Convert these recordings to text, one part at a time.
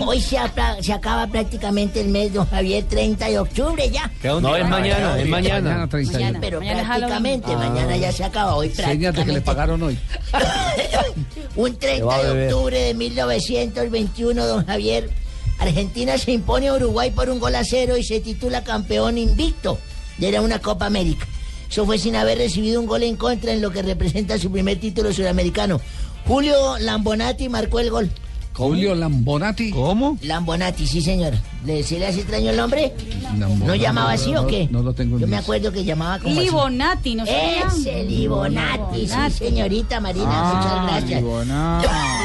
Hoy se, apla- se acaba prácticamente el mes, don Javier, 30 de octubre ya. No, es mañana, es mañana. 31. Sí, pero Mañana es prácticamente, mañana ya se acaba. Hoy Señate que prácticamente. le pagaron hoy. va Un a 30 de beber. octubre de 1921, don Javier, Argentina se impone a Uruguay por un gol a cero y se titula campeón invicto de la una Copa América. Eso fue sin haber recibido un gol en contra en lo que representa su primer título sudamericano. Julio Lambonati marcó el gol. Julio Lambonati. ¿Cómo? Lambonati, sí señora. ¿Le, ¿Se le hace extraño el nombre? Lambonati. ¿No llamaba así No, o qué? No lo tengo en Yo me mis- acuerdo que llamaba como así. Libonati, ¿no sabía? Ese Libonati, sí, señorita Marina, muchas gracias. sí, Ah,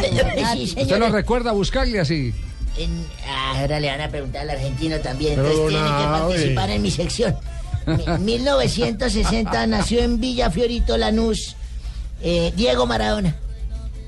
Usted lo señor. eh. recuerda buscarle así. En- ah, ahora le van a preguntar al argentino también, Pero entonces tiene ah, que Donave. participar en mi sección. Mi- 1960 nació en Villa Fiorito Lanús eh, Diego Maradona,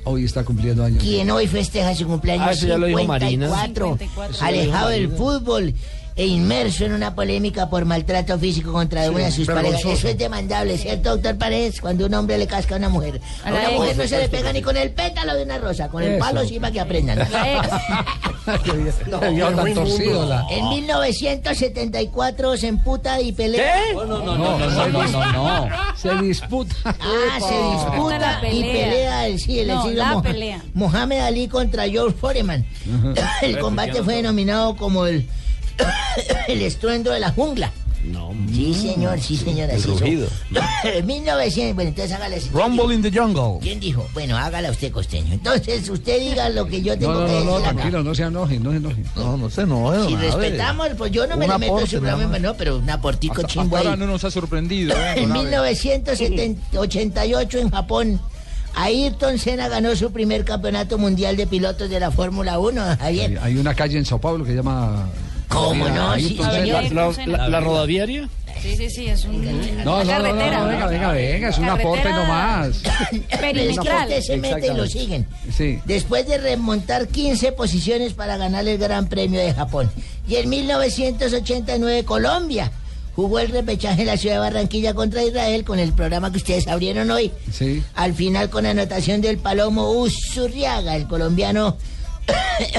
Hoy está cumpliendo años. quien hoy festeja su cumpleaños Ah, eso ya lo dijo Marina. 54, 54. Eso alejado del fútbol e inmerso en una polémica por maltrato físico contra una de sus parejas. vergonzoso. Eso es demandable, ¿cierto, doctor Paredes? Cuando un hombre le casca a una mujer. A A la una ex. mujer no se le pega ni con el pétalo de una rosa, con el Eso. palo sí para que aprendan. La ex. Qué bien. Qué bien es tan muy torcido inmundo. la- En 1974 se emputa y pelea. No, no, no, No, no, se no, no, dis- no, no. Se disputa. Ah, se Puta disputa la y pelea. pelea el sí, el No, siglo la Moha- pelea. Mohamed Ali contra George Foreman. El combate fue denominado como el el estruendo de la jungla. No, Sí, señor, sí, señor, así son. rugido. 1900, bueno, entonces hágale así. Rumble in the jungle. ¿Quién dijo? Bueno, hágala usted, costeño. Entonces, usted diga lo que yo No, tengo no, que no, no, decir. acá. tranquilo, no se enoje, no se enoje. No, no sé, no. si respetamos, pues yo no me Un le meto en aporte, su nada programa, más. no, pero un aportico chimbo ahí. nos ha sorprendido. eh, En 1988 en Japón, Ayrton Senna ganó su primer campeonato mundial de pilotos de la Fórmula 1, Hay Javier. hay una calle en Sao Paulo que se llama. ¿Cómo no? Sí, Ayrton señor. La, Senna. la, la- la rodaviaria. Sí, sí, sí, es un, No, no, una no, no, carretera. no, venga, venga, venga, es un Carretera aporte nomás. Pero es que perimetral. usted se mete y lo Exactamente. siguen. Sí. Después de remontar 15 posiciones para ganar el Gran Premio de Japón. Y en 1989 Colombia jugó el repechaje en la ciudad de Barranquilla contra Israel con el programa que ustedes abrieron hoy. Sí. Al final con anotación del Palomo Usurriaga, el colombiano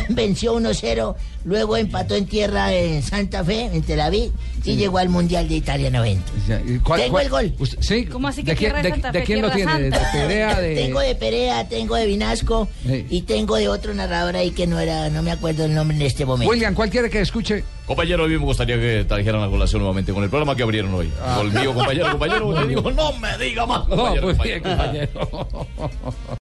venció 1-0, luego empató en tierra en Santa Fe, en Tel Aviv, y llegó al Mundial de Italia 90. Ya, ¿y cuál- Tengo cuál- el gol. usted- sí. ¿Cómo así que ¿De quién, Tierra de de, Santa de Fe, quién lo Tierra tiene? ¿De Santa? Perea? De... Tengo de Perea, tengo de Vinasco Sí. y tengo de otro narrador ahí que no era, no me acuerdo el nombre en este momento. William, ¿cuál quiere que escuche? Compañero, a mí me gustaría que trajeran a colación nuevamente con el programa que abrieron hoy. Ah. Con el mío, compañero, compañero, usted dijo, no me diga más, No, compañero, muy compañero". bien, compañero.